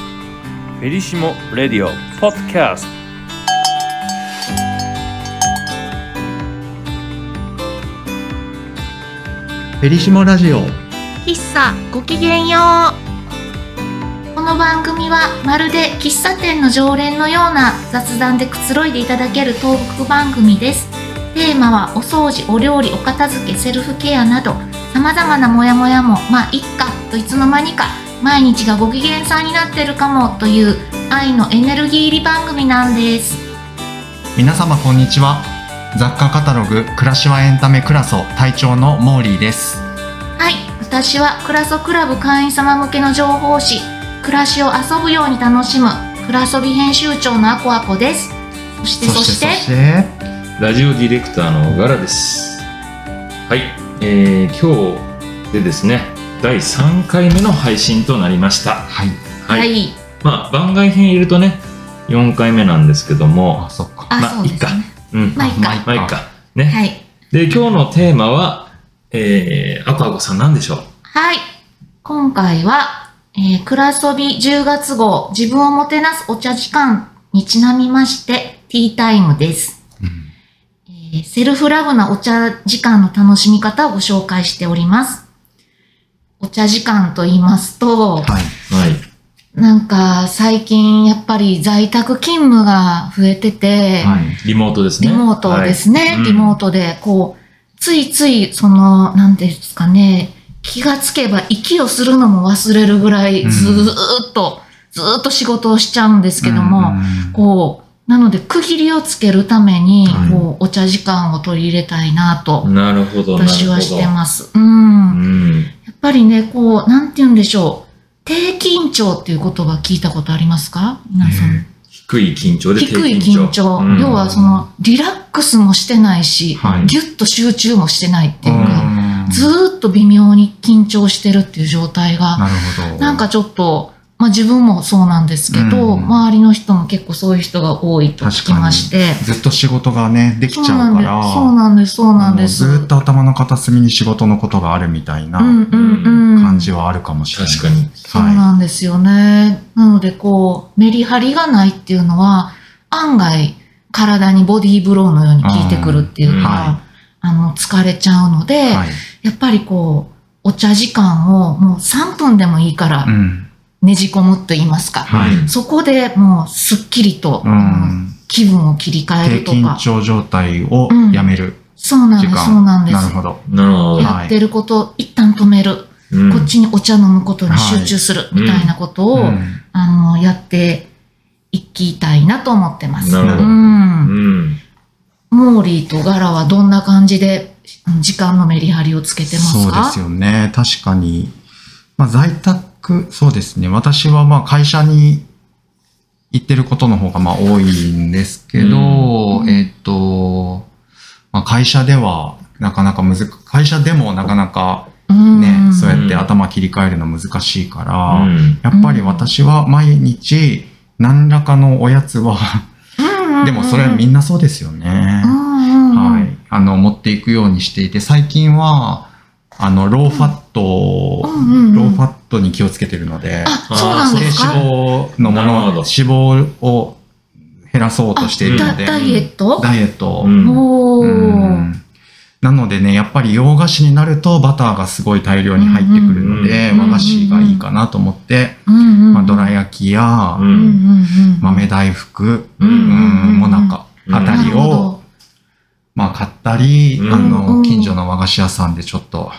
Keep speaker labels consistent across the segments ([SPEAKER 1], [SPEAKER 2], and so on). [SPEAKER 1] フェリシモ・レディオ・ポッドキャスト
[SPEAKER 2] フェリシモラジオ
[SPEAKER 3] 喫茶ごきげんようこの番組はまるで喫茶店の常連のような雑談でくつろいでいただけるトーク番組ですテーマはお掃除お料理お片付けセルフケアなどさまざまなモヤモヤもまあいっかといつの間にか毎日がご機嫌さんになってるかもという愛のエネルギー入り番組なんです
[SPEAKER 2] 皆様こんにちは雑貨カタログ「暮らしはエンタメクラソ」隊長のモーリーです
[SPEAKER 3] はい私はクラソクラブ会員様向けの情報誌「暮らしを遊ぶように楽しむ」「クラソビ編集長のアコアコ」ですそしてそして
[SPEAKER 2] て
[SPEAKER 4] ラジオディレクターのガラです。はい、えー、今日でですね、第3回目の配信となりました。
[SPEAKER 2] はい
[SPEAKER 4] はい。
[SPEAKER 3] はい
[SPEAKER 4] まあ、番外編入れるとね、4回目なんですけども
[SPEAKER 2] あ、そっか
[SPEAKER 3] あ、
[SPEAKER 4] まあ
[SPEAKER 3] そうですね
[SPEAKER 4] うん、
[SPEAKER 3] まあいいか
[SPEAKER 4] まあいいか。ね。
[SPEAKER 3] はい
[SPEAKER 4] で、今日のテーマは、えー、アコアコさんなんでしょう
[SPEAKER 3] はい今回は「えー、クラソビ10月号自分をもてなすお茶時間」にちなみましてティータイムです、
[SPEAKER 2] うん
[SPEAKER 3] えーセルフラブなお茶時間の楽しみ方をご紹介しておりますお茶時間と言いますと、
[SPEAKER 2] はい
[SPEAKER 4] はい。
[SPEAKER 3] なんか最近やっぱり在宅勤務が増えてて、
[SPEAKER 2] はい
[SPEAKER 4] リモートですね。
[SPEAKER 3] リモートですね、
[SPEAKER 4] はい
[SPEAKER 3] リモートで、こう、ついつい、その、なんていうんですかね、気がつけば息をするのも忘れるぐらい、
[SPEAKER 2] うん
[SPEAKER 3] ずーっと、ずーっと仕事をしちゃうんですけども、
[SPEAKER 2] うん
[SPEAKER 3] こう、なので、区切りをつけるために、
[SPEAKER 2] はい
[SPEAKER 3] こう、お茶時間を取り入れたいなと、
[SPEAKER 4] なるほど、なるほど。
[SPEAKER 3] 私はしてます。うん。
[SPEAKER 4] うん。
[SPEAKER 3] やっぱりね、こう、なんて言うんでしょう。低緊張っていう言葉聞いたことありますか皆さん。
[SPEAKER 2] え
[SPEAKER 4] 低い緊張で低
[SPEAKER 3] 低い緊張、
[SPEAKER 4] うん
[SPEAKER 3] 要はそのリラックスもしてないし、
[SPEAKER 2] はい
[SPEAKER 3] ギュッと集中もしてないっていうか、
[SPEAKER 2] ー
[SPEAKER 3] ずーっと微妙に緊張してるっていう状態が、
[SPEAKER 2] なるほど
[SPEAKER 3] なんかちょっと、まあ自分もそうなんですけど、
[SPEAKER 2] うん
[SPEAKER 3] 周りの人も結構そういう人が多いと聞きまして、
[SPEAKER 2] ずっと仕事がねできち
[SPEAKER 3] そう
[SPEAKER 2] ゃ
[SPEAKER 3] な
[SPEAKER 2] うんか
[SPEAKER 3] です
[SPEAKER 2] ら、
[SPEAKER 3] そうなんです、そうなんです。
[SPEAKER 2] あのずっと頭の片隅に仕事のことがあるみたい
[SPEAKER 3] うん
[SPEAKER 2] な
[SPEAKER 3] うんうん。
[SPEAKER 2] 感じはあるかもしれない、
[SPEAKER 4] 確かに。
[SPEAKER 3] そうなんですよね。なのでこう、メリハリがないっていうのは、案外体にボディーブローのように効いてくるっていうか、
[SPEAKER 4] うん
[SPEAKER 2] は
[SPEAKER 3] あの、疲れちゃうので、
[SPEAKER 2] はい、
[SPEAKER 3] やっぱりこう、お茶時間をもう3分でもいいから
[SPEAKER 2] うん
[SPEAKER 3] ねじ込むと言いますか。
[SPEAKER 2] はい
[SPEAKER 4] うん
[SPEAKER 3] そこでもうすっきりと、
[SPEAKER 2] うん、
[SPEAKER 3] 気分を切り替え
[SPEAKER 2] 低
[SPEAKER 3] ると
[SPEAKER 2] 緊
[SPEAKER 3] か。
[SPEAKER 2] 張状態をやめる
[SPEAKER 3] そうなん
[SPEAKER 2] 時
[SPEAKER 3] です、
[SPEAKER 2] 間、
[SPEAKER 3] そうなんで
[SPEAKER 2] なる
[SPEAKER 3] す。
[SPEAKER 2] ほど
[SPEAKER 4] なるほど。
[SPEAKER 2] はい
[SPEAKER 3] やってることを一旦止める。
[SPEAKER 4] うん
[SPEAKER 3] こっちにお茶飲むことに集中する、みたいなことを、
[SPEAKER 2] うん
[SPEAKER 3] あの、やっていきたいなと思ってます。
[SPEAKER 4] なるほ
[SPEAKER 3] う
[SPEAKER 4] ど
[SPEAKER 3] ん
[SPEAKER 4] うん。
[SPEAKER 3] モーリーとガラはどんな感じでうん時間のメリハリをつけてますか
[SPEAKER 2] そうです
[SPEAKER 3] よ。
[SPEAKER 2] よね確かに、まあ、在宅そうですね私はまあ会社に行ってることの方がまあ多いんですけど、
[SPEAKER 3] うん
[SPEAKER 2] えっ、と、まあ、会社ではなかなか難会社でもなかなか
[SPEAKER 3] うん
[SPEAKER 2] ね、そうやって頭切り替えるの難しいから、
[SPEAKER 4] うん
[SPEAKER 2] やっぱり私は毎日何らかのおやつはでもそれはみ
[SPEAKER 3] な、
[SPEAKER 2] んなそうですよね。
[SPEAKER 3] うんうんうん
[SPEAKER 2] はい、あの持っていくようにしていて最近はあのローファットを、
[SPEAKER 3] うんうんうん
[SPEAKER 2] ローファットに気をつけてるので
[SPEAKER 3] あ、そうなん
[SPEAKER 2] 低
[SPEAKER 3] で
[SPEAKER 2] 脂
[SPEAKER 3] すか
[SPEAKER 2] 肪のもの
[SPEAKER 4] なるほ
[SPEAKER 2] 脂
[SPEAKER 4] ど
[SPEAKER 2] 肪を減らそうとしている
[SPEAKER 3] ダ
[SPEAKER 2] ので
[SPEAKER 3] ダイエット
[SPEAKER 2] ダイエットを、
[SPEAKER 4] うん
[SPEAKER 3] お
[SPEAKER 2] う
[SPEAKER 3] ー。
[SPEAKER 2] んなのでねやっぱり洋菓子になるとバターがすごい大量に入ってくるので、
[SPEAKER 3] うんうん
[SPEAKER 2] 和菓子がいいかなと思って、まあ、どら
[SPEAKER 3] 焼
[SPEAKER 2] 焼きや、
[SPEAKER 4] うん
[SPEAKER 3] き
[SPEAKER 2] 豆大福、
[SPEAKER 4] う
[SPEAKER 2] うん
[SPEAKER 4] ん
[SPEAKER 2] もなかあたりを、まあ買ったり、
[SPEAKER 4] うん
[SPEAKER 2] あ
[SPEAKER 3] うん
[SPEAKER 2] の、近所の和菓子屋さんでちょっと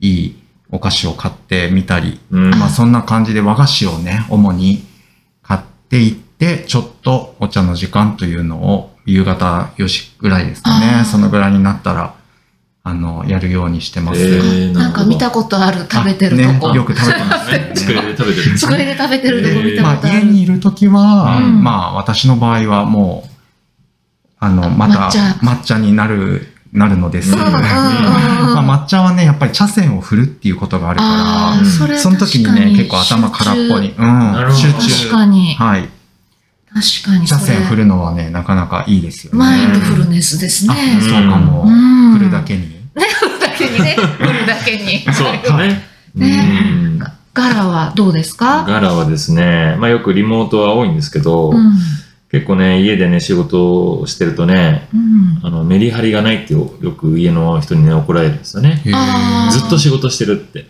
[SPEAKER 2] いいお菓子を買ってみたり、
[SPEAKER 4] うん
[SPEAKER 2] まあそんな感じで和菓子をね、主に買っていって、ちょっとお茶の時間というのを夕方4時ぐらいですか
[SPEAKER 3] あー
[SPEAKER 2] ね、そのぐらいになったら、あの、やるようにしてます。
[SPEAKER 4] えー
[SPEAKER 3] なんか見たことある食べてるとこ。
[SPEAKER 2] あねよく食べてます
[SPEAKER 4] 作れ
[SPEAKER 2] ね。
[SPEAKER 4] る食べてる。
[SPEAKER 3] それで食べてるとこ見た
[SPEAKER 2] ま
[SPEAKER 3] こと
[SPEAKER 2] あ
[SPEAKER 3] あ
[SPEAKER 2] 家
[SPEAKER 3] る。
[SPEAKER 2] にいるときは、
[SPEAKER 3] うん
[SPEAKER 2] まあ私の場合はもう、あの、また
[SPEAKER 3] 抹茶
[SPEAKER 2] 抹茶になる、なるのです。
[SPEAKER 4] うんうん
[SPEAKER 2] まあ、抹茶はね、やっぱり茶筅を振るっていうことがある
[SPEAKER 3] あ
[SPEAKER 2] か
[SPEAKER 3] ーそれ
[SPEAKER 2] ら、その時にね、結構頭空っぽに、。
[SPEAKER 4] な
[SPEAKER 2] う
[SPEAKER 4] る
[SPEAKER 2] ん、
[SPEAKER 4] ほど
[SPEAKER 2] 集
[SPEAKER 3] 確
[SPEAKER 2] 中。
[SPEAKER 3] かに。
[SPEAKER 2] はい。
[SPEAKER 3] 確かに。
[SPEAKER 2] 茶
[SPEAKER 3] それ
[SPEAKER 2] 筅振るのはね、なかなかいいですよね。
[SPEAKER 3] マインドフルネスですね
[SPEAKER 2] あ、。そうかも。
[SPEAKER 3] うん
[SPEAKER 2] 振るだけに。
[SPEAKER 3] 振るだけにね。振るだけに。
[SPEAKER 4] そうだね。
[SPEAKER 3] ね
[SPEAKER 4] うん
[SPEAKER 3] ガラはどどうですか
[SPEAKER 4] ガラはですね、まあよくリモートは多いんですけど、
[SPEAKER 3] うん。
[SPEAKER 4] 結構ね、家でね、仕事をしてるとね、
[SPEAKER 3] うん。
[SPEAKER 4] あの、メリハリがないってよよく家の人にね、怒られるんですよね。
[SPEAKER 2] へー
[SPEAKER 3] あー
[SPEAKER 4] ずっと仕事してるって。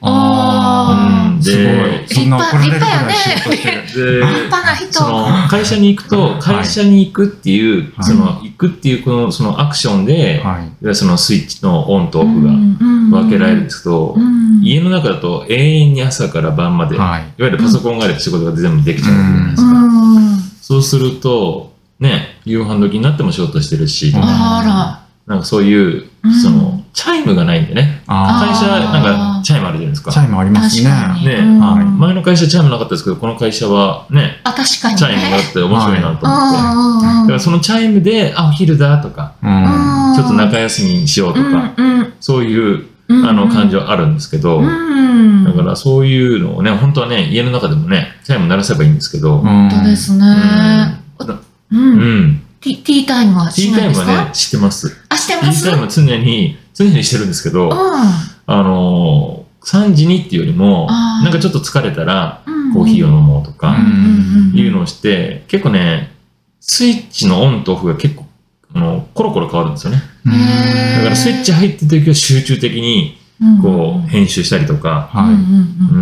[SPEAKER 3] あー
[SPEAKER 4] うん
[SPEAKER 2] すごい。
[SPEAKER 4] で、
[SPEAKER 2] そんな怒られるぐらい仕事して る。
[SPEAKER 4] で
[SPEAKER 3] 立派な人。
[SPEAKER 4] その会社に行く
[SPEAKER 2] は
[SPEAKER 4] と
[SPEAKER 2] い
[SPEAKER 4] 会社に行くっていう、
[SPEAKER 2] はい
[SPEAKER 4] その行くっていうこのそのアクションで、いわ
[SPEAKER 2] はい。
[SPEAKER 4] ゆるそのスイッチのオンとオフが
[SPEAKER 3] 分
[SPEAKER 4] 分けられるんですけど、
[SPEAKER 3] うん
[SPEAKER 4] 家の中だと永遠に朝から晩まで、い、
[SPEAKER 2] はい。
[SPEAKER 4] わゆるパソコンがあれば仕事が全部できちゃうじゃないで
[SPEAKER 3] う
[SPEAKER 4] すか、
[SPEAKER 3] ん
[SPEAKER 4] そうするとね夕飯時になっても仕事してるし、
[SPEAKER 2] うん
[SPEAKER 3] あ
[SPEAKER 4] なんかそういう
[SPEAKER 3] うん
[SPEAKER 4] そのチャイムがないんでね
[SPEAKER 2] あ
[SPEAKER 4] 会社
[SPEAKER 3] あー
[SPEAKER 4] なんかチャイムあるじゃないです
[SPEAKER 2] あ。
[SPEAKER 4] か
[SPEAKER 2] チャイムあり
[SPEAKER 3] ら、
[SPEAKER 2] ます
[SPEAKER 3] 確
[SPEAKER 2] ね。
[SPEAKER 3] かに。
[SPEAKER 4] ね
[SPEAKER 3] うん
[SPEAKER 2] はい
[SPEAKER 4] 前の会社チャイムなかったですけどこの会社はね
[SPEAKER 3] あ、確かに
[SPEAKER 4] チャイムがあ
[SPEAKER 3] ね。
[SPEAKER 4] って面白い
[SPEAKER 3] う
[SPEAKER 4] なと思っ
[SPEAKER 3] ん
[SPEAKER 4] て。
[SPEAKER 3] うんうん
[SPEAKER 4] だからそのチャイムで、あ、お昼だとか、
[SPEAKER 2] うん。
[SPEAKER 4] ちょっと中休みにしようとか、
[SPEAKER 3] うん
[SPEAKER 4] そういう、
[SPEAKER 3] うん
[SPEAKER 4] あの、感情あるんですけど、
[SPEAKER 3] うん。
[SPEAKER 4] だからそういうのをね、本当はね、家の中でもね、チャイム鳴らせばいいんですけど、うん。
[SPEAKER 2] 本
[SPEAKER 3] 本当ですね。う。
[SPEAKER 4] うんん。
[SPEAKER 3] ティティータイムは
[SPEAKER 4] ティ
[SPEAKER 3] し
[SPEAKER 4] ー
[SPEAKER 3] な
[SPEAKER 4] タ
[SPEAKER 3] い
[SPEAKER 4] イ
[SPEAKER 3] んで
[SPEAKER 4] ム
[SPEAKER 3] す
[SPEAKER 4] はね
[SPEAKER 3] か、
[SPEAKER 4] 知ってます。
[SPEAKER 3] あ、して
[SPEAKER 4] ティ
[SPEAKER 3] ま
[SPEAKER 4] ー
[SPEAKER 3] す
[SPEAKER 4] タイムは常に、常にしてるんですけど、
[SPEAKER 3] う
[SPEAKER 4] あのー、3時にっていうよりも、
[SPEAKER 3] あー
[SPEAKER 4] なんかちょっと疲れたら、
[SPEAKER 3] んうん。
[SPEAKER 4] コーヒーを飲もうと
[SPEAKER 2] う
[SPEAKER 4] か、
[SPEAKER 2] ん
[SPEAKER 4] いうのをして、結構ね、スイッチのオンとオフが結構、あの、コロコロ変わるんですよね。
[SPEAKER 2] うん
[SPEAKER 3] へー
[SPEAKER 4] だからスイッチ入ってる時は集中的に
[SPEAKER 3] うん
[SPEAKER 4] こう編集したりとか、
[SPEAKER 3] うんうん
[SPEAKER 2] は
[SPEAKER 4] うー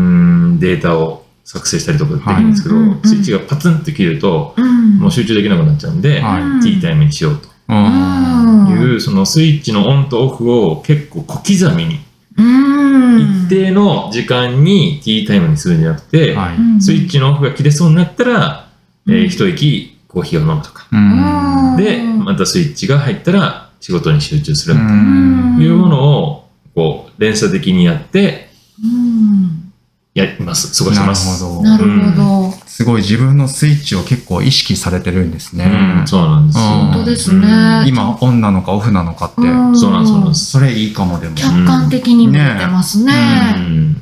[SPEAKER 4] ん、データを作成したりとかできるんですけど、
[SPEAKER 3] はいうんうんうん
[SPEAKER 4] スイッチがパツンって切れると、
[SPEAKER 3] うんうん。
[SPEAKER 4] もう集中できなくなっちゃうんで、
[SPEAKER 2] は
[SPEAKER 3] う
[SPEAKER 2] い
[SPEAKER 3] ん
[SPEAKER 4] ティータイムにしようと
[SPEAKER 2] い。
[SPEAKER 3] うん
[SPEAKER 4] いう、そのスイッチのオンとオフを結構小刻みに、
[SPEAKER 3] うん。
[SPEAKER 4] 一定の時間にティータイムにするんじゃなくて、
[SPEAKER 2] はい。
[SPEAKER 3] うん
[SPEAKER 4] スイッチのオフが切れそうになったら、えー
[SPEAKER 3] うん
[SPEAKER 4] 一息コーヒーを飲むとか、
[SPEAKER 2] う
[SPEAKER 3] うん
[SPEAKER 2] ん。
[SPEAKER 4] で、
[SPEAKER 3] うん
[SPEAKER 4] またスイッチが入ったら仕事に集中すると
[SPEAKER 2] うん
[SPEAKER 4] いうものを、こう、連鎖的にやって、
[SPEAKER 3] うん
[SPEAKER 4] やります。過ごして
[SPEAKER 2] な
[SPEAKER 4] ま
[SPEAKER 2] る
[SPEAKER 4] す。
[SPEAKER 2] ほ
[SPEAKER 3] な
[SPEAKER 2] ど。
[SPEAKER 3] るほど。
[SPEAKER 2] すごい自分のスイッチを結構意識されてるんですね。
[SPEAKER 4] うん、そうなんですよ。
[SPEAKER 2] うん本
[SPEAKER 3] 当ですね
[SPEAKER 4] うん
[SPEAKER 2] 今オンなのかオフなのかって、
[SPEAKER 3] ん
[SPEAKER 4] そうなんです、そうなんです。
[SPEAKER 2] それいいかもでも。
[SPEAKER 3] 客観的に見えてますね。
[SPEAKER 4] うん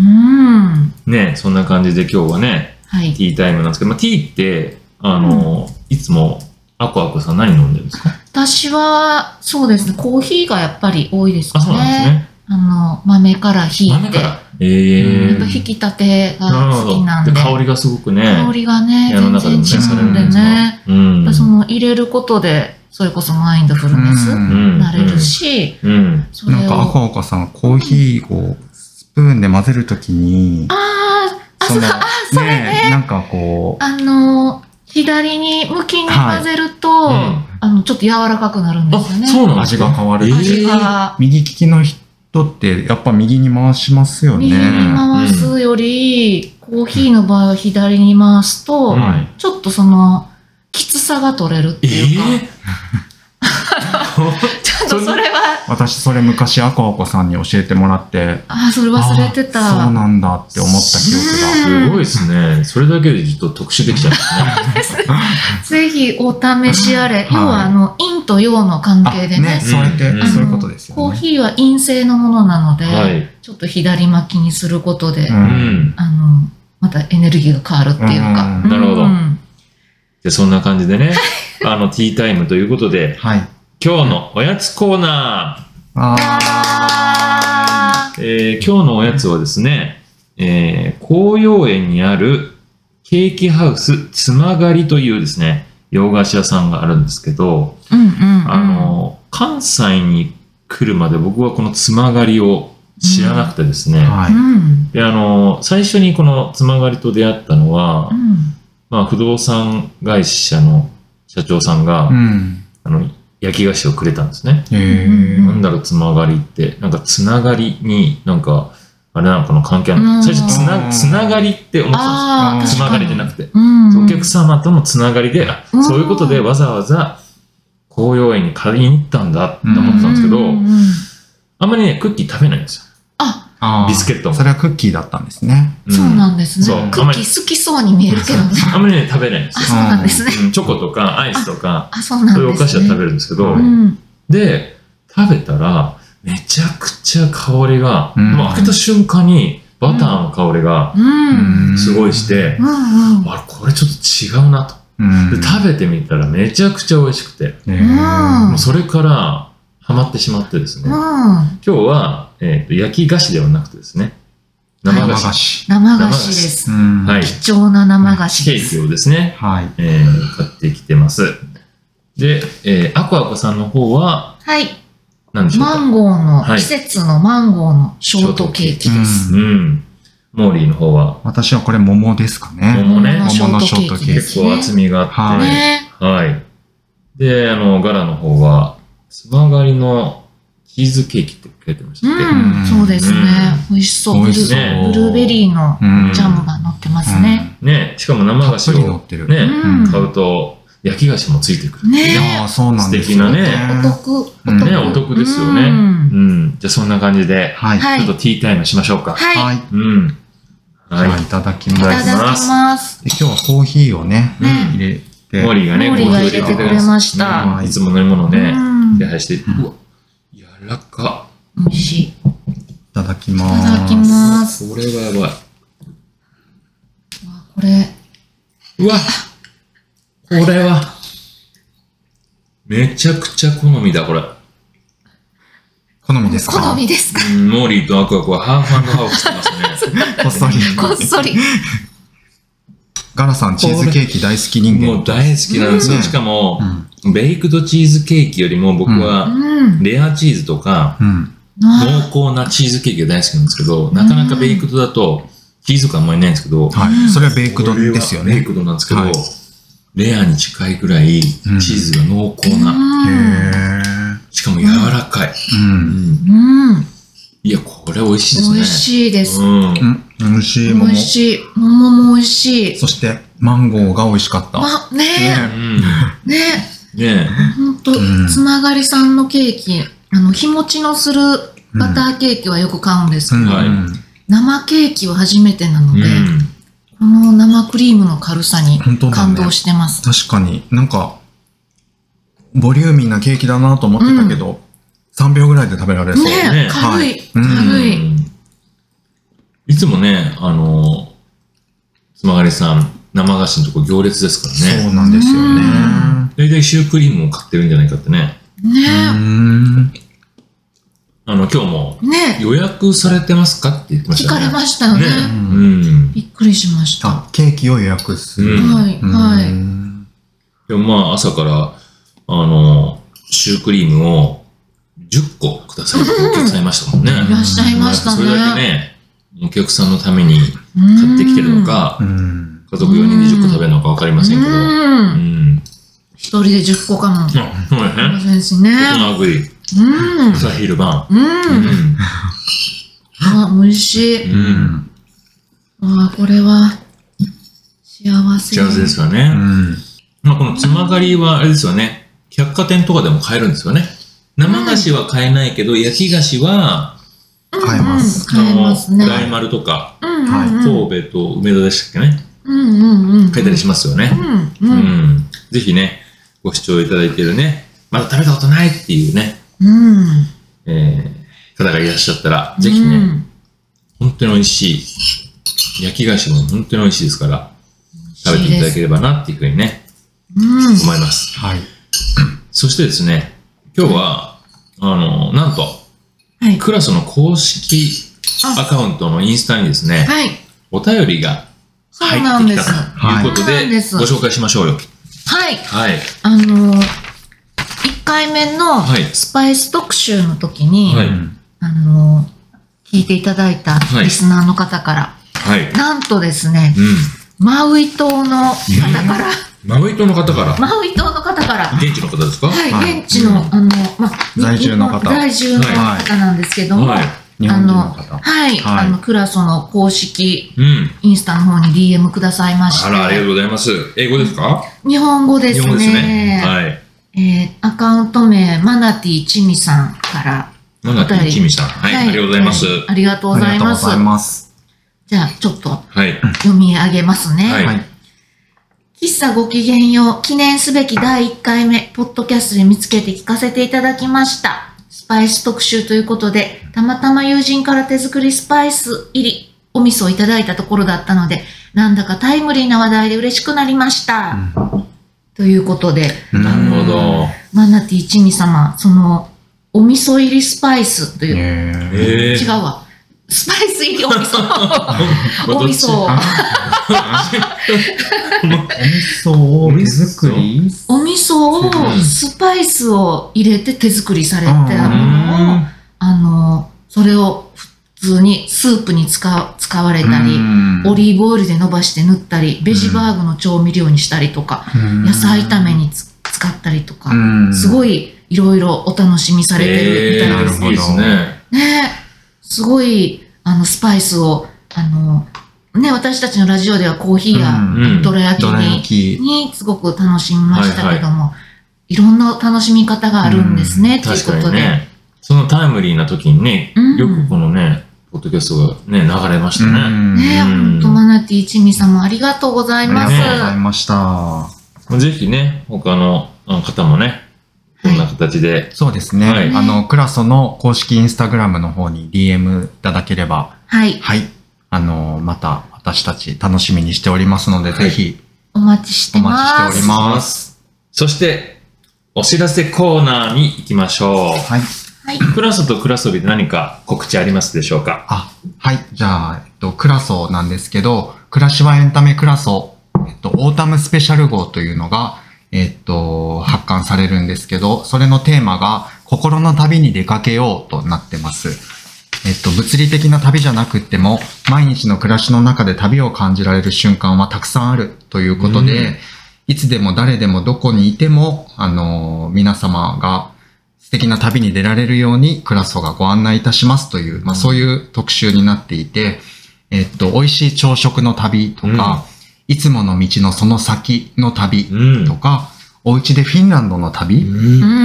[SPEAKER 3] うん。
[SPEAKER 4] ねそんな感じで今日はね、
[SPEAKER 3] はい
[SPEAKER 4] テ。ィータイムなんですけど、まあ、ティーって、あの、いつも、アコアコさん何飲んでるんですか
[SPEAKER 3] 私は、そうですね、コーヒーがやっぱり多いですか
[SPEAKER 4] あ、
[SPEAKER 3] ね。
[SPEAKER 4] そうなんですね。
[SPEAKER 3] あの、豆からひい
[SPEAKER 4] 豆
[SPEAKER 3] て、
[SPEAKER 4] か
[SPEAKER 3] や
[SPEAKER 4] ら。え
[SPEAKER 2] う
[SPEAKER 4] え
[SPEAKER 2] ん
[SPEAKER 3] っぱ引き立てが
[SPEAKER 4] なる
[SPEAKER 3] 好き
[SPEAKER 4] ほ
[SPEAKER 3] なん
[SPEAKER 4] ど。
[SPEAKER 3] で、
[SPEAKER 4] で、香りがすごくね、
[SPEAKER 3] 香りがね、
[SPEAKER 4] 部屋の中で
[SPEAKER 3] 全
[SPEAKER 4] もね、
[SPEAKER 3] 然
[SPEAKER 4] され
[SPEAKER 3] 違う
[SPEAKER 4] る
[SPEAKER 3] ん
[SPEAKER 4] ん
[SPEAKER 3] で
[SPEAKER 4] ですか
[SPEAKER 3] ね。
[SPEAKER 4] うん
[SPEAKER 3] やっぱその入れることで、それこそマインドフルネスに
[SPEAKER 2] ん
[SPEAKER 3] なれる。し、
[SPEAKER 4] うんうん。
[SPEAKER 3] それ
[SPEAKER 2] なんか
[SPEAKER 3] を。
[SPEAKER 2] 赤岡さんコーヒーをスプーンで混ぜるときに、
[SPEAKER 3] あーあ、
[SPEAKER 2] そ
[SPEAKER 3] そう
[SPEAKER 2] の
[SPEAKER 3] あ、それね。
[SPEAKER 2] なんかこ
[SPEAKER 3] あの、左に向きに混ぜると、
[SPEAKER 4] はいうん
[SPEAKER 3] あの、ちょっと柔らかくなるん
[SPEAKER 4] あ、
[SPEAKER 3] ですよね。
[SPEAKER 4] そう
[SPEAKER 2] う
[SPEAKER 4] なんです
[SPEAKER 2] 味
[SPEAKER 4] か
[SPEAKER 2] が変わる。
[SPEAKER 4] えー
[SPEAKER 3] 味が
[SPEAKER 2] 右利きの人ってやっぱ右に回しますよ
[SPEAKER 3] 右に
[SPEAKER 2] ね。
[SPEAKER 3] 回すより、コーヒーの場合は左に回すと、
[SPEAKER 4] うん
[SPEAKER 3] ちょっとその、きつさが取れるって
[SPEAKER 4] え
[SPEAKER 3] いうか、
[SPEAKER 4] え
[SPEAKER 3] ちょっとそれは、
[SPEAKER 2] 私それ昔赤岡さんに教えてもらって、
[SPEAKER 3] あー、それ忘れてた。
[SPEAKER 2] あーそうなんだって思った記憶
[SPEAKER 4] すごいですね。それだけでちょっと特集できちゃうんですね。
[SPEAKER 3] ぜひお試しあれ。
[SPEAKER 2] い
[SPEAKER 3] 要は、あの、陰と陽の関
[SPEAKER 2] が。あ、
[SPEAKER 3] 係で
[SPEAKER 2] ね、
[SPEAKER 3] ね。
[SPEAKER 2] そうやって
[SPEAKER 4] うん
[SPEAKER 3] あの
[SPEAKER 2] そういうことですよね。
[SPEAKER 3] コーヒーは陰性のものなので、
[SPEAKER 4] はい。
[SPEAKER 3] ちょっと左巻きにすることで、
[SPEAKER 2] うん
[SPEAKER 4] うん。
[SPEAKER 3] あの、またエネルギーが変わるっていうか。
[SPEAKER 2] うん
[SPEAKER 4] なるほど
[SPEAKER 3] うん
[SPEAKER 4] で、そんな感じでね、あの、ティータイムということで、
[SPEAKER 2] はい。
[SPEAKER 4] 今日のおやつコーナ
[SPEAKER 2] あ
[SPEAKER 3] あ
[SPEAKER 4] ー。えー今日のおやつはですね、えー紅葉園にあるケーキハウスつまがりというですね、洋菓子屋さんがあるんですけど、
[SPEAKER 3] ーうんうんうん。
[SPEAKER 4] あの、関西に来るまで僕はこのつまがりを知らなくてですね、
[SPEAKER 2] ーは
[SPEAKER 3] う
[SPEAKER 2] い。
[SPEAKER 3] ん。
[SPEAKER 4] で、あの、最初にこのつまがりと出会ったのは
[SPEAKER 3] う、ん。
[SPEAKER 4] まあ、不動産会社の社長さんが、
[SPEAKER 2] うん。
[SPEAKER 4] あの焼き菓子をくれたんですね。
[SPEAKER 2] へ
[SPEAKER 3] う
[SPEAKER 2] え
[SPEAKER 3] ん。
[SPEAKER 4] なんだろう、つまがりって。なんか、つながりに、なんか、あれなのかな、関係ある
[SPEAKER 3] うん
[SPEAKER 4] の最初つ
[SPEAKER 2] う
[SPEAKER 4] な、
[SPEAKER 2] ん
[SPEAKER 4] つながりって思ってたん
[SPEAKER 3] ああ、
[SPEAKER 4] ですよ。つま
[SPEAKER 3] 確かに
[SPEAKER 4] がりじゃなくて。
[SPEAKER 3] うんうん。
[SPEAKER 4] お客様とのつながりで、あ
[SPEAKER 3] うん
[SPEAKER 4] そういうことでわざわざ、紅葉園に借りに行ったんだって思ってたんですけ
[SPEAKER 3] う
[SPEAKER 4] ど、
[SPEAKER 3] んうん
[SPEAKER 4] あんまりね、クッキー食べないんですよ。
[SPEAKER 3] あ、
[SPEAKER 2] あー
[SPEAKER 4] ビスケットも
[SPEAKER 2] それはクッキーだったんですね。
[SPEAKER 4] うん
[SPEAKER 3] そうなんです
[SPEAKER 4] そう
[SPEAKER 3] ね。クッキー好きそうに見えるけどね。
[SPEAKER 4] あんまりね、食べないんです
[SPEAKER 3] あ、
[SPEAKER 4] よ。
[SPEAKER 3] そうなんですね。
[SPEAKER 4] うんチョコとかアイスとか、
[SPEAKER 3] あ、そうなんですね。
[SPEAKER 4] そういうお菓子は食べるんですけど、
[SPEAKER 3] うん。
[SPEAKER 4] で、食べたら、めちゃくちゃ香りが、
[SPEAKER 2] うん
[SPEAKER 4] もう開けた瞬間にバターの香りが
[SPEAKER 3] うん。
[SPEAKER 4] すごいして
[SPEAKER 3] う、んうん。
[SPEAKER 4] あれ、これちょっと違うなと。
[SPEAKER 2] うん。
[SPEAKER 4] で、食べてみたらめちゃくちゃ美味しくて、
[SPEAKER 2] べ
[SPEAKER 3] うん
[SPEAKER 4] もうそれからハマってしまってです
[SPEAKER 3] う
[SPEAKER 4] ね、
[SPEAKER 3] ん。
[SPEAKER 4] 今日は、えーと焼き菓子ではなくてですね、生菓
[SPEAKER 2] 生
[SPEAKER 4] 子。
[SPEAKER 2] 菓子。
[SPEAKER 3] 生菓子です。
[SPEAKER 2] うん
[SPEAKER 4] はい。
[SPEAKER 3] 貴重な生菓子
[SPEAKER 4] ケ
[SPEAKER 3] で
[SPEAKER 4] ーキ
[SPEAKER 3] す。
[SPEAKER 4] をですね、
[SPEAKER 2] はい。
[SPEAKER 4] えー買ってきてます。で、えーアコアコさんの方は、
[SPEAKER 3] はい。
[SPEAKER 4] 何でしょう
[SPEAKER 3] マ
[SPEAKER 4] か。
[SPEAKER 3] ンゴーの、
[SPEAKER 4] はい
[SPEAKER 3] 季節のマンゴーのショートケーキです。
[SPEAKER 4] うん。モーリーの方は、
[SPEAKER 2] 私はこれ桃ですか
[SPEAKER 4] う
[SPEAKER 2] ね。
[SPEAKER 4] ん桃ね
[SPEAKER 3] 桃のショートケーキです
[SPEAKER 4] 結
[SPEAKER 3] ね。
[SPEAKER 4] 構厚みがあって、
[SPEAKER 3] ね
[SPEAKER 4] はい。で、あの、ガラの方は、つまがりのチーズケーキって書いてまし
[SPEAKER 3] う
[SPEAKER 4] たっけ、
[SPEAKER 3] ん、そうですね。美味しそう。
[SPEAKER 2] 美
[SPEAKER 3] ブル
[SPEAKER 2] 味しそう
[SPEAKER 3] ーブルーベリーの
[SPEAKER 2] うん
[SPEAKER 3] ジャムが乗ってますね。
[SPEAKER 4] ねしかも
[SPEAKER 2] うん
[SPEAKER 4] 生
[SPEAKER 2] た
[SPEAKER 4] 菓
[SPEAKER 2] っ
[SPEAKER 4] 子
[SPEAKER 2] ぷり乗
[SPEAKER 4] を
[SPEAKER 2] ってる。
[SPEAKER 3] う
[SPEAKER 4] ね、
[SPEAKER 3] ん。
[SPEAKER 4] 買うと、焼き菓子もついてくる。
[SPEAKER 2] い
[SPEAKER 3] ね
[SPEAKER 2] やーそうなんですよ
[SPEAKER 4] 素敵な
[SPEAKER 3] お得、お得。
[SPEAKER 2] ね
[SPEAKER 4] お得ですよね
[SPEAKER 3] うん
[SPEAKER 4] うん。じゃあ、そんな感じで、
[SPEAKER 2] はい。
[SPEAKER 3] は
[SPEAKER 2] はい
[SPEAKER 4] ちょっとティータイムしましょうか。
[SPEAKER 3] はい。
[SPEAKER 2] い。
[SPEAKER 4] うん。はい
[SPEAKER 2] じゃあ。いただき
[SPEAKER 3] いた
[SPEAKER 2] ま
[SPEAKER 3] だ
[SPEAKER 2] す。
[SPEAKER 3] きます。
[SPEAKER 2] で今日はコーヒーをね、
[SPEAKER 3] ね
[SPEAKER 2] 入れて。
[SPEAKER 4] モーリーがね、
[SPEAKER 3] モーリーが
[SPEAKER 4] コ
[SPEAKER 3] 入
[SPEAKER 4] ヒ
[SPEAKER 3] れ
[SPEAKER 4] ー
[SPEAKER 3] てく
[SPEAKER 4] を
[SPEAKER 3] れまし
[SPEAKER 2] うん
[SPEAKER 3] た。
[SPEAKER 4] いつも飲み物を
[SPEAKER 3] う
[SPEAKER 4] ね、
[SPEAKER 3] ん
[SPEAKER 4] 手配して、
[SPEAKER 2] うん
[SPEAKER 4] うわ、柔らか。
[SPEAKER 3] 美味しい。い
[SPEAKER 2] いただきま
[SPEAKER 3] ただき
[SPEAKER 2] す。
[SPEAKER 3] ます。
[SPEAKER 4] これはやば
[SPEAKER 3] わこれ、
[SPEAKER 4] い。うわ、これは、めちゃくちゃ好みだ、これ。
[SPEAKER 2] 好みですか
[SPEAKER 3] 好みですか
[SPEAKER 4] うんモーリーとアクアクはハーフハーフしてますね。
[SPEAKER 2] こっ そり。
[SPEAKER 3] こっそり。
[SPEAKER 2] ガラさん、チーズケーキ大好き人
[SPEAKER 4] もう
[SPEAKER 2] 間。
[SPEAKER 4] 大好きなんです
[SPEAKER 2] う
[SPEAKER 4] よ。
[SPEAKER 2] ん
[SPEAKER 4] しかも
[SPEAKER 2] う、ん。
[SPEAKER 4] ベイクドチーズケーキよりも僕
[SPEAKER 3] う
[SPEAKER 4] は、
[SPEAKER 3] ん。
[SPEAKER 4] レアチーズとか、
[SPEAKER 2] うん。
[SPEAKER 3] あ
[SPEAKER 4] 濃厚なチーズケーキが大好きなんですけど、なかなかベイクドだと、チーズ感あんまりないんですけど、
[SPEAKER 2] はい。それはベイクドですよ
[SPEAKER 4] これはベイ
[SPEAKER 2] ね。
[SPEAKER 4] クドなんですけど、
[SPEAKER 2] はい
[SPEAKER 4] レアに近いぐらいチーズが濃厚な、
[SPEAKER 2] へ
[SPEAKER 3] ー
[SPEAKER 2] ー
[SPEAKER 4] しかも柔らかい、
[SPEAKER 2] うん。
[SPEAKER 3] うん。うん。
[SPEAKER 4] いやこれ美味しいですね
[SPEAKER 3] 美味しいです。
[SPEAKER 4] うん
[SPEAKER 2] うん。美味しい
[SPEAKER 3] 美
[SPEAKER 2] 桃。
[SPEAKER 3] 味しい。桃も美味しい。
[SPEAKER 2] そして、マンゴーが美味しかった。
[SPEAKER 3] ま、ね
[SPEAKER 2] ね
[SPEAKER 3] え、ね
[SPEAKER 4] うんね
[SPEAKER 3] え、ほんと
[SPEAKER 2] うん、
[SPEAKER 3] つながりさんのケーキ、あの、日持ちのするバターケーキはよく買うんですけ
[SPEAKER 2] う
[SPEAKER 3] ど、
[SPEAKER 2] ん
[SPEAKER 4] はい
[SPEAKER 2] うん
[SPEAKER 3] 生ケーキは初めてなの
[SPEAKER 4] え、
[SPEAKER 3] で、
[SPEAKER 4] う
[SPEAKER 3] この生クリームの軽さに
[SPEAKER 2] 本当だね
[SPEAKER 3] 感動してます。
[SPEAKER 2] 確かになんか、ボリューミーなケーキだなと思ってたけど、3秒ぐらいで食べられそう。
[SPEAKER 3] ねえ、
[SPEAKER 4] ね
[SPEAKER 3] 軽い、
[SPEAKER 2] うん
[SPEAKER 3] 軽
[SPEAKER 4] ん
[SPEAKER 3] い。
[SPEAKER 4] いつもねあのつまがりさん生菓子のとこ行列ですから
[SPEAKER 2] そ
[SPEAKER 4] ね
[SPEAKER 2] うなんですよね。
[SPEAKER 4] 大体シュークリームを買ってるんじゃないかってね
[SPEAKER 2] う
[SPEAKER 3] ね
[SPEAKER 2] ん。
[SPEAKER 4] あの今日も
[SPEAKER 3] え、ね
[SPEAKER 4] 予約されてますかって言って
[SPEAKER 3] え、
[SPEAKER 4] まし
[SPEAKER 3] 聞か
[SPEAKER 4] たよね
[SPEAKER 3] れましたよね。
[SPEAKER 4] ね
[SPEAKER 2] う
[SPEAKER 4] うんん
[SPEAKER 3] びっくりしました。は
[SPEAKER 2] あ、ケーキを予約する。
[SPEAKER 3] い、
[SPEAKER 4] うん
[SPEAKER 3] はい。
[SPEAKER 4] でもまあ朝から、あの、シュークリームを10個くださいってお客さんいましたもんね。
[SPEAKER 3] いらっしゃいました
[SPEAKER 4] それだけ
[SPEAKER 3] ね。
[SPEAKER 4] ね、お客さんのために
[SPEAKER 3] 買
[SPEAKER 4] 買ってきてるの、か
[SPEAKER 2] う、ん。
[SPEAKER 4] 家族4人で10個食べるのかわかりませんけど。うん。
[SPEAKER 3] うん。
[SPEAKER 4] うん。
[SPEAKER 3] 一人で10個かも。
[SPEAKER 4] そうやね。
[SPEAKER 3] そうですね。
[SPEAKER 4] 大人食い。
[SPEAKER 3] うん。
[SPEAKER 4] 朝昼晩。
[SPEAKER 3] うん。あ、美味しい。
[SPEAKER 2] う
[SPEAKER 4] うん。
[SPEAKER 2] ん。
[SPEAKER 3] あ、これは、幸せ。
[SPEAKER 4] 幸せですから
[SPEAKER 2] う
[SPEAKER 4] ね。
[SPEAKER 2] ん。
[SPEAKER 4] まあこのつまがりはあれですよね。百貨店とかでも買えるんですよね。生菓子は買えないけど、焼き菓子は、
[SPEAKER 2] 買えます。
[SPEAKER 4] あ
[SPEAKER 3] うん買え
[SPEAKER 4] の
[SPEAKER 3] ますね。
[SPEAKER 4] 大丸とか、
[SPEAKER 3] うんうん
[SPEAKER 2] はい
[SPEAKER 3] うん。
[SPEAKER 4] 神戸と梅田でしたっけね、
[SPEAKER 3] うんうんうん。
[SPEAKER 4] 書いたりしますよね
[SPEAKER 3] う。んう。
[SPEAKER 4] うんん。ぜひね、ご視聴いただいてるね、まだ食べたことないっていうね、
[SPEAKER 3] うん。
[SPEAKER 4] えー、方がいらっしゃったら、ぜひ
[SPEAKER 3] う
[SPEAKER 4] ね、
[SPEAKER 3] ん。
[SPEAKER 4] 本当に美味しい、焼き菓子も本当に美味しいですから、食べていただければなっていうふうにね、
[SPEAKER 3] うん。
[SPEAKER 4] 思います。
[SPEAKER 2] はい。
[SPEAKER 4] そしてですね、今日は、あの、なんと、
[SPEAKER 3] はい。
[SPEAKER 4] クラスの公式アカウントのインスタにですね、
[SPEAKER 3] はい。
[SPEAKER 4] お便りが
[SPEAKER 3] そうなん
[SPEAKER 4] 入って
[SPEAKER 3] で
[SPEAKER 4] きた
[SPEAKER 3] す。は
[SPEAKER 4] ということ
[SPEAKER 3] はいそうなん
[SPEAKER 4] で、
[SPEAKER 3] です
[SPEAKER 4] ご紹介しましょうよ。
[SPEAKER 3] い。
[SPEAKER 4] はい。
[SPEAKER 3] あのー、1回目の
[SPEAKER 4] はい
[SPEAKER 3] スパイス特集の時に、
[SPEAKER 4] はい
[SPEAKER 2] うん
[SPEAKER 3] あのー、聞いていただいた
[SPEAKER 4] はい
[SPEAKER 3] リスナーの方から、
[SPEAKER 4] はい。
[SPEAKER 3] なんとですね、
[SPEAKER 4] う
[SPEAKER 3] マウイ島の方から、
[SPEAKER 4] ん。マウイ島の方から、
[SPEAKER 3] マウイ島の方から、
[SPEAKER 4] 現地の方ですか
[SPEAKER 3] は
[SPEAKER 2] はい
[SPEAKER 3] い、現地の、
[SPEAKER 4] うん
[SPEAKER 3] あの、まあ、
[SPEAKER 2] 在住の方
[SPEAKER 3] 日本在住の方なんですけども、
[SPEAKER 4] はい。
[SPEAKER 2] 日
[SPEAKER 3] あ
[SPEAKER 2] 本人
[SPEAKER 3] の、
[SPEAKER 2] の方。
[SPEAKER 3] はい、
[SPEAKER 2] はい
[SPEAKER 3] あの、クラソの公式
[SPEAKER 4] うん。
[SPEAKER 3] インスタの方に DM くださいまし
[SPEAKER 4] あら、ありがと
[SPEAKER 3] て、
[SPEAKER 4] うございます。英語ですか
[SPEAKER 3] 日本語で
[SPEAKER 4] 日
[SPEAKER 3] すね
[SPEAKER 4] 本語ですね。はい。
[SPEAKER 3] えーアカウント名、マナティちみさんから、
[SPEAKER 4] まだ、
[SPEAKER 3] お便り
[SPEAKER 4] きみさん。はい。ありがとうございます。
[SPEAKER 3] は
[SPEAKER 4] は
[SPEAKER 3] ありがとうございます。
[SPEAKER 2] ます。
[SPEAKER 3] じゃあ、ちょっと
[SPEAKER 4] い。
[SPEAKER 3] 読み上げますね。
[SPEAKER 4] は
[SPEAKER 2] はいい。
[SPEAKER 3] 喫茶ごきげんよう記念すべき第1回目、ポッドキャストで見つけて聞かせていただきました。スパイス特集ということで、たまたま友人から手作りスパイス入りお味噌をいただいたところだったので、なんだかタイムリーな話題で嬉しくなりました。ということで、
[SPEAKER 2] うん
[SPEAKER 4] なるほど。
[SPEAKER 3] マナティ一味様、その、お味噌入りスパイスという、
[SPEAKER 2] へー
[SPEAKER 4] え
[SPEAKER 3] 違う
[SPEAKER 4] ー。
[SPEAKER 3] わ。スパイス入りお味噌。お味噌
[SPEAKER 2] あ お味噌を手作り
[SPEAKER 3] お味噌を、スパイスを入れて手作りされたものを、あの、それを普通にスープに使う使われたり、オリーブオイルで伸ばして塗ったり、ベジバーグの調味料にしたりとか、野菜炒めにつ使ったりとか、す
[SPEAKER 2] い
[SPEAKER 3] ごいいろいろお楽しみされてるみたいです
[SPEAKER 2] えー
[SPEAKER 4] いいですね。
[SPEAKER 3] ねすごい、あの、スパイスを、あの、ね、私たちのラジオではコーヒー
[SPEAKER 2] う
[SPEAKER 3] や
[SPEAKER 2] ん
[SPEAKER 4] うん
[SPEAKER 3] どら焼き
[SPEAKER 2] どら焼
[SPEAKER 3] に、
[SPEAKER 2] き
[SPEAKER 3] にすごく楽しみましたけども、いろんな楽しみ方があるんですね、という
[SPEAKER 4] 確
[SPEAKER 3] こ
[SPEAKER 4] か
[SPEAKER 3] と
[SPEAKER 4] に
[SPEAKER 3] で。
[SPEAKER 4] ね。そのタイムリーな時にね
[SPEAKER 3] うん、
[SPEAKER 4] よくこのね、ポッドキャストがね、流れましたね。
[SPEAKER 3] ね
[SPEAKER 4] う
[SPEAKER 3] 本
[SPEAKER 4] ん
[SPEAKER 3] 当マナティ一味様ありがとうござ
[SPEAKER 2] あ
[SPEAKER 3] い
[SPEAKER 2] りが
[SPEAKER 3] ま
[SPEAKER 2] と
[SPEAKER 3] す。
[SPEAKER 2] うございました
[SPEAKER 4] ぜひね、他のうん方もね、こんな形で、
[SPEAKER 2] そうですね、
[SPEAKER 4] はい
[SPEAKER 2] あのクラソの公式インスタグラムの方に DM いただければ
[SPEAKER 3] はい、
[SPEAKER 2] はいあのまた私たち楽しみにしておりますので、
[SPEAKER 4] はい
[SPEAKER 2] ぜひ
[SPEAKER 3] お待ちして
[SPEAKER 2] お待ち
[SPEAKER 3] ま
[SPEAKER 2] してお
[SPEAKER 3] す。
[SPEAKER 2] ります
[SPEAKER 4] そして、お知らせコーナーに行きましょう。
[SPEAKER 2] はい
[SPEAKER 3] はい、
[SPEAKER 4] クラソとクラソビで何か告知ありますでしょうか
[SPEAKER 2] あ、はい。じゃあ、えっと、クラソなんですけど、暮らしはエンタメクラソ、えっと、オータムスペシャル号というのが、えっと、発刊されるんですけど、それのテーマが、心の旅に出かけようとなってます。えっと、物理的な旅じゃなくっても、毎日の暮らしの中で旅を感じられる瞬間はたくさんあるということで、
[SPEAKER 4] うん
[SPEAKER 2] いつでも誰でもどこにいても、あの皆様が素敵な旅に出られるように、クラソがご案内いたしますという、まあ、そういう特集になっていて、えっと、美味しい朝食の旅とか、いつもの道のその先の旅
[SPEAKER 4] ん
[SPEAKER 2] とか、お家でフィンランドの旅、
[SPEAKER 3] う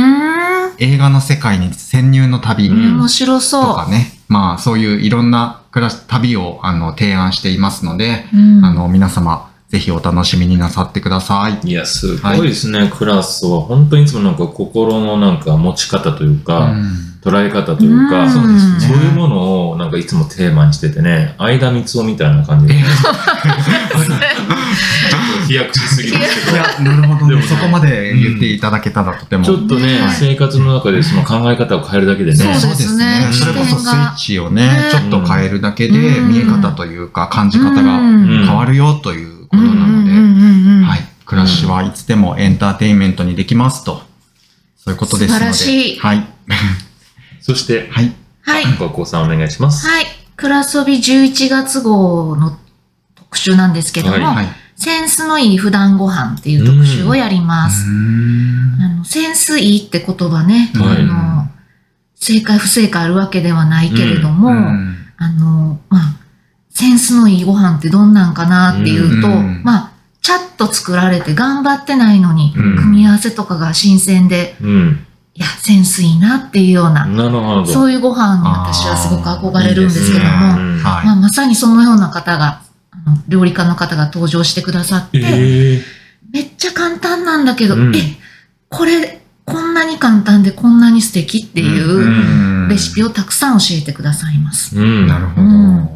[SPEAKER 3] ーん、
[SPEAKER 2] 映画の世界に潜入の旅、
[SPEAKER 4] うん
[SPEAKER 3] 面白
[SPEAKER 2] と
[SPEAKER 3] そ
[SPEAKER 2] かね、まあそういういろんな暮らし、旅をあの提案していますので、
[SPEAKER 3] う。うん、
[SPEAKER 2] あの皆様ぜひお楽しみになさってください。
[SPEAKER 4] いや、すごいですね、クラスは。本当にいつもなんか心のなんか持ち方というか、
[SPEAKER 2] うん
[SPEAKER 4] 捉え方という
[SPEAKER 3] う
[SPEAKER 4] か、
[SPEAKER 3] ん
[SPEAKER 4] そうですね
[SPEAKER 2] ね
[SPEAKER 4] そういうものをなんかいつもテーマにしててね、相田光夫みたいな感じで、
[SPEAKER 2] え
[SPEAKER 4] ちょっと飛躍 しすぎです
[SPEAKER 2] い
[SPEAKER 4] けど。
[SPEAKER 2] や、なるほどね。
[SPEAKER 4] でもね
[SPEAKER 2] そこまで言っていただけたらとても。
[SPEAKER 4] ちょっとね、
[SPEAKER 3] はい
[SPEAKER 4] 生活の中でその考え方を変えるだけでね、
[SPEAKER 3] そうですね
[SPEAKER 2] それこそ
[SPEAKER 3] 視
[SPEAKER 2] スイ
[SPEAKER 3] 点が
[SPEAKER 2] ッチをね
[SPEAKER 3] ね、
[SPEAKER 2] ちょっと変えるだけで
[SPEAKER 3] うん
[SPEAKER 2] 見え方というか感じ方
[SPEAKER 3] う
[SPEAKER 2] が
[SPEAKER 3] ん
[SPEAKER 4] ん
[SPEAKER 2] 変わるよということなの
[SPEAKER 3] うんう
[SPEAKER 2] で、
[SPEAKER 3] んうんうん
[SPEAKER 2] はい。暮らしはいつでもエンターテインメントにできますと。そういうことですので。
[SPEAKER 3] 素晴らしい
[SPEAKER 2] はい。
[SPEAKER 4] そして、
[SPEAKER 2] はい。
[SPEAKER 3] はい。
[SPEAKER 4] ごこさんお願いします。
[SPEAKER 3] はい。クラソビ11月号の特集なんですけども、
[SPEAKER 4] はい
[SPEAKER 2] はい。
[SPEAKER 3] センスのいい普段ご飯っていう特集をやります。あのセンスいいって言葉ね、
[SPEAKER 4] はい
[SPEAKER 3] あの、正解不正解あるわけではないけれども、
[SPEAKER 2] うん
[SPEAKER 3] あの、まあ、センスのいいご飯ってどんなんかなっていうと、
[SPEAKER 2] うん
[SPEAKER 3] まあ、チャッと作られて頑張ってないのに、
[SPEAKER 4] うん
[SPEAKER 3] 組み合わせとかが新鮮で、
[SPEAKER 4] うん。
[SPEAKER 3] いや、センスいいなっていうような、
[SPEAKER 4] なるほど。
[SPEAKER 3] そういうご飯に私はすごく憧れるんですけど
[SPEAKER 2] あ
[SPEAKER 3] も、
[SPEAKER 2] ーいいですね
[SPEAKER 4] うん
[SPEAKER 2] はい
[SPEAKER 3] まあ、まさにそのような方が、あの料理家の方が登場してくださって、
[SPEAKER 4] ええ
[SPEAKER 3] めっちゃ簡単なんだけど、
[SPEAKER 4] うん
[SPEAKER 3] え、これ、こんなに簡単でこんなに素敵っていううレシピ
[SPEAKER 2] を。
[SPEAKER 3] をたくさん教えてくださいます。
[SPEAKER 4] うん。
[SPEAKER 2] なるほど。
[SPEAKER 3] うん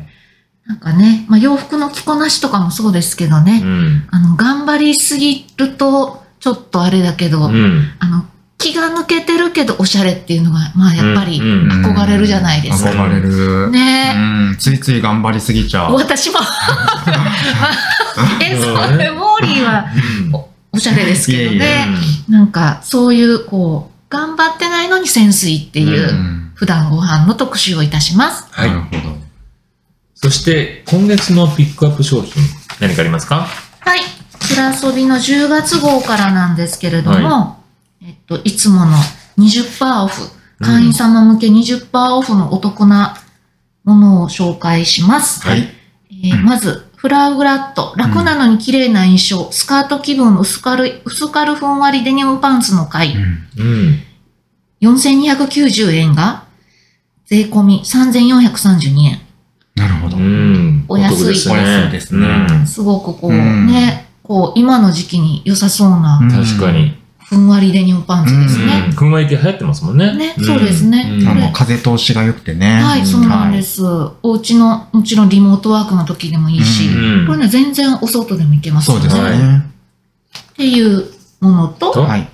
[SPEAKER 3] なんかね、まあ、洋服の着こなしとかもそうですけどね、
[SPEAKER 4] うん。
[SPEAKER 3] あの、頑張りすぎると、ちょっとあれだけど、
[SPEAKER 4] うん。
[SPEAKER 3] あの、気が抜けてるけど、おしゃれっていうのが、まあ、やっぱり、
[SPEAKER 4] うんうん
[SPEAKER 3] 憧れるじゃないです
[SPEAKER 4] か
[SPEAKER 2] 憧れる。
[SPEAKER 3] ね、
[SPEAKER 2] うん、ついつい頑張りすぎちゃう。
[SPEAKER 3] 私も、え、それ、モーリーは、おしゃれですけどね。
[SPEAKER 2] いえい
[SPEAKER 3] なんか、そういう、こう、頑張ってないのに潜水っていうう、
[SPEAKER 2] ん
[SPEAKER 3] 普段ご飯の特集をいたします。
[SPEAKER 4] はい
[SPEAKER 2] なる。ほど。
[SPEAKER 4] そして、今月のピックアップ商品、何かありますか
[SPEAKER 3] はい。クラソビの10月号からなんですけれども、
[SPEAKER 4] は
[SPEAKER 3] えっと、いつもの20%オフ、会員様向け20%オフのお得なものを紹介します。
[SPEAKER 4] はい
[SPEAKER 3] えーまず、フラウラット、楽なのに綺麗な印象、スカート気分薄かる、薄かるふんわりデニムパンツの会、
[SPEAKER 4] うん。
[SPEAKER 3] 4290円が税込み3432円。
[SPEAKER 2] なるほど。
[SPEAKER 4] ん。
[SPEAKER 3] お安い
[SPEAKER 4] 得ですね
[SPEAKER 2] お安いですね
[SPEAKER 4] うん
[SPEAKER 3] すごくこう
[SPEAKER 2] うん
[SPEAKER 3] ね、こう今の時期に良さそう
[SPEAKER 2] う
[SPEAKER 3] なん
[SPEAKER 4] 確かに。
[SPEAKER 3] ふんわりデニムパンツです
[SPEAKER 4] う
[SPEAKER 3] ね。
[SPEAKER 4] ん。くんわい系流行ってますもんね。
[SPEAKER 3] ね
[SPEAKER 4] ん
[SPEAKER 3] そうですね
[SPEAKER 4] ん
[SPEAKER 2] あの、風通しが良くてね。。
[SPEAKER 3] はい、そうなんですす。お家の、もちろんリモートワークの時でもいいし、
[SPEAKER 4] うん
[SPEAKER 3] これね、全然お外でも行けます
[SPEAKER 2] そ
[SPEAKER 3] よ
[SPEAKER 2] う
[SPEAKER 3] ね。
[SPEAKER 2] です
[SPEAKER 4] は
[SPEAKER 2] ね。
[SPEAKER 3] っていうものと、
[SPEAKER 4] と
[SPEAKER 2] はい。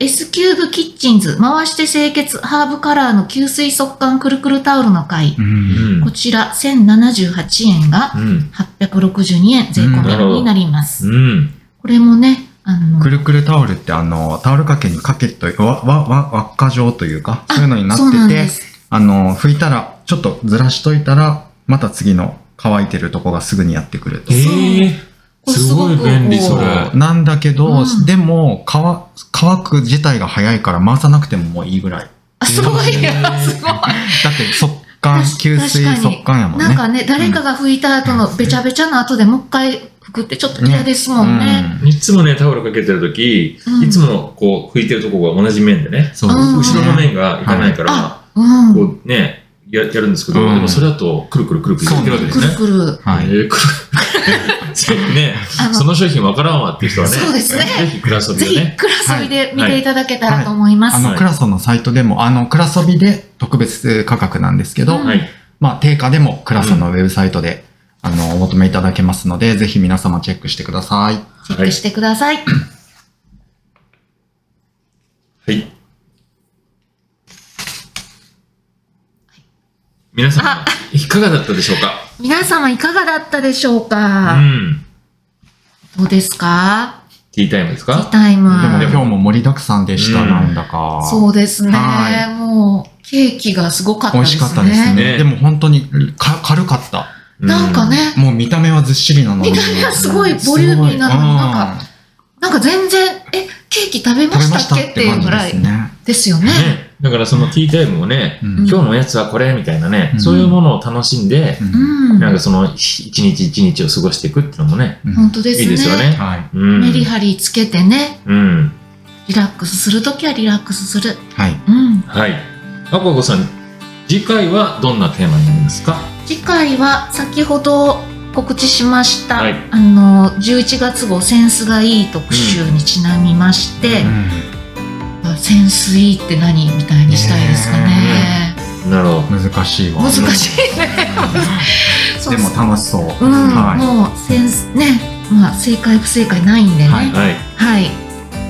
[SPEAKER 3] S キューブキッチンズ回して清潔ハーブカラーの吸水速乾くるくるタオルの会
[SPEAKER 2] う。。
[SPEAKER 4] うんん
[SPEAKER 3] こちら1078円が
[SPEAKER 4] うん
[SPEAKER 3] 862円税込みになります。
[SPEAKER 4] うん
[SPEAKER 3] これもね、あの、
[SPEAKER 2] くるくるタオルってあの、タオル掛けにかけと、わ、わ、わ、輪っか状というか、そういうのにな
[SPEAKER 3] そうな
[SPEAKER 2] っ
[SPEAKER 3] ん
[SPEAKER 2] て
[SPEAKER 3] で
[SPEAKER 2] て、
[SPEAKER 3] す。
[SPEAKER 2] あの、拭いたら、ちょっとずらしといたら、また次の乾いてるとこがすぐにやってくると。
[SPEAKER 4] ええ
[SPEAKER 3] これ
[SPEAKER 4] すごい
[SPEAKER 3] すごく
[SPEAKER 4] 便利
[SPEAKER 3] こう
[SPEAKER 4] それ
[SPEAKER 2] なんだけど、
[SPEAKER 3] うん
[SPEAKER 2] でも乾、乾く自体が早いから回さなくてももういいぐらい。だ
[SPEAKER 3] あ、すごいよ、 すご
[SPEAKER 2] っ
[SPEAKER 3] い。
[SPEAKER 2] て、速乾、
[SPEAKER 3] 確
[SPEAKER 2] 吸水
[SPEAKER 3] 確かに
[SPEAKER 2] 速乾やもんね。
[SPEAKER 3] なんかね、誰かが拭いた後のべちゃべちゃの後でもう一回拭くってちょっと嫌ですもんね。
[SPEAKER 2] うん
[SPEAKER 4] いつもねタオルかけてる時、
[SPEAKER 3] うん
[SPEAKER 4] いつもこう拭いてるとこが同じ面でね
[SPEAKER 2] そう
[SPEAKER 3] うん
[SPEAKER 2] です
[SPEAKER 4] 後
[SPEAKER 2] ね
[SPEAKER 4] ろの面がいかないから、
[SPEAKER 3] あ、うん。く
[SPEAKER 4] こうねややるんですけど、
[SPEAKER 2] うん
[SPEAKER 4] でもそれだとくるくるくるくるやってるわけですね
[SPEAKER 3] るくる。
[SPEAKER 2] は
[SPEAKER 4] え
[SPEAKER 2] い。
[SPEAKER 4] ーくるぜ ひね
[SPEAKER 3] あの
[SPEAKER 4] その商品わからんわっていう人はね
[SPEAKER 3] そうですね
[SPEAKER 4] ぜひクラソビ
[SPEAKER 3] ぜ
[SPEAKER 4] で
[SPEAKER 3] ひ、
[SPEAKER 4] ね
[SPEAKER 3] クラソビで見ていただけたらと思いま
[SPEAKER 2] あ
[SPEAKER 3] す。
[SPEAKER 2] の、クラソのサイトでも、あの、クラソビで特別価格なんですけど、
[SPEAKER 3] うん
[SPEAKER 4] はい
[SPEAKER 2] まあ、定価でもクラソのウェブサイトで、あの、お求めいただけますので、ぜひ皆様チェックしてください。
[SPEAKER 3] チェックしてください。
[SPEAKER 4] はい皆さん
[SPEAKER 3] あ
[SPEAKER 4] いかがだったでしょうか
[SPEAKER 3] 皆様いかがだったでしょう
[SPEAKER 4] う
[SPEAKER 3] か、
[SPEAKER 4] ん
[SPEAKER 3] どうですか
[SPEAKER 4] ティータイムです
[SPEAKER 3] ティー
[SPEAKER 4] か
[SPEAKER 3] タイム。
[SPEAKER 2] でも
[SPEAKER 4] で
[SPEAKER 2] 今
[SPEAKER 4] も
[SPEAKER 2] 日も盛りだくさんでした、
[SPEAKER 4] うん
[SPEAKER 2] なんだか。
[SPEAKER 3] そうですね
[SPEAKER 2] は。
[SPEAKER 3] もう、ケーキがすごかった
[SPEAKER 2] 美
[SPEAKER 3] で
[SPEAKER 2] 味しかっ
[SPEAKER 3] す
[SPEAKER 2] たです
[SPEAKER 3] ね。
[SPEAKER 2] ね。
[SPEAKER 4] ね
[SPEAKER 2] でも本当にか軽かった。
[SPEAKER 3] なんかね、
[SPEAKER 2] もう見た目はずっしりなのに。
[SPEAKER 3] 見た目はすごいボリューミーなのになん
[SPEAKER 2] か、
[SPEAKER 3] なんか全然、え、ケーキ食べ
[SPEAKER 2] 食
[SPEAKER 3] ま
[SPEAKER 2] べ
[SPEAKER 3] し
[SPEAKER 2] ましたた
[SPEAKER 3] っけ
[SPEAKER 2] っ
[SPEAKER 3] って
[SPEAKER 2] て
[SPEAKER 3] いう
[SPEAKER 2] 感
[SPEAKER 3] ぐ
[SPEAKER 2] じで
[SPEAKER 3] らい
[SPEAKER 2] すね。
[SPEAKER 3] ですよね。
[SPEAKER 4] ねだからそのティータイムをね、
[SPEAKER 2] うん
[SPEAKER 4] 今日のおやつはこれみたいなね、
[SPEAKER 2] うん
[SPEAKER 4] そういうものを楽しんで
[SPEAKER 2] う、
[SPEAKER 3] うんん。
[SPEAKER 4] なんかその一日一日を過ごしていくっていうのもね、
[SPEAKER 2] うん
[SPEAKER 3] 本当ですね。
[SPEAKER 4] いいですよね。
[SPEAKER 2] はい。
[SPEAKER 4] うん。
[SPEAKER 3] メリハリつけてね、
[SPEAKER 4] うん。
[SPEAKER 3] リラックスするときはリラックスする。
[SPEAKER 2] はい。
[SPEAKER 3] うん。
[SPEAKER 4] はい。アコアコさん、次回はどんなテーマになりますか
[SPEAKER 3] 次回は先ほど告知しました、
[SPEAKER 4] はい
[SPEAKER 3] あの、11月号センスがいい特集にちなみまして、あセンスいいって何みたいにしたいですかね。
[SPEAKER 4] なるほど。
[SPEAKER 2] うん難しいわ。
[SPEAKER 3] 難しいね。そう
[SPEAKER 2] でも楽しそう。
[SPEAKER 3] うん、
[SPEAKER 2] は
[SPEAKER 3] もうセンスね、まあ正解不正解ないんでね。
[SPEAKER 2] はい
[SPEAKER 4] はい。
[SPEAKER 3] はい、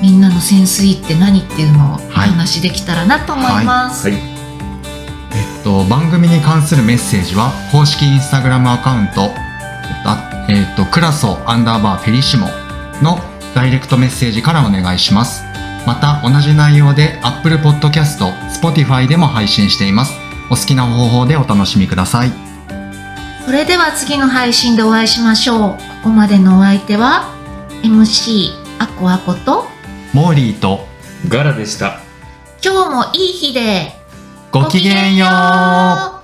[SPEAKER 3] みんなのセンスイって何っていうのをお話しできたらなと思います。
[SPEAKER 4] はい。
[SPEAKER 2] い。えっと、番組に関するメッセージは、公式インスタグラムアカウント、えっとあえっと、クラソアンダーバーフェリシモのダイレクトメッセージからお願いします。また、同じ内容で Apple Podcast、Spotify でも配信しています。お好きな方法でお楽しみください。
[SPEAKER 3] それでは次の配信でお会いしましょう。ここまでのお相手は MC アコアコと
[SPEAKER 2] モーリーと
[SPEAKER 4] ガラでした。
[SPEAKER 3] 今日もいい日で
[SPEAKER 2] ごきげんよう
[SPEAKER 3] う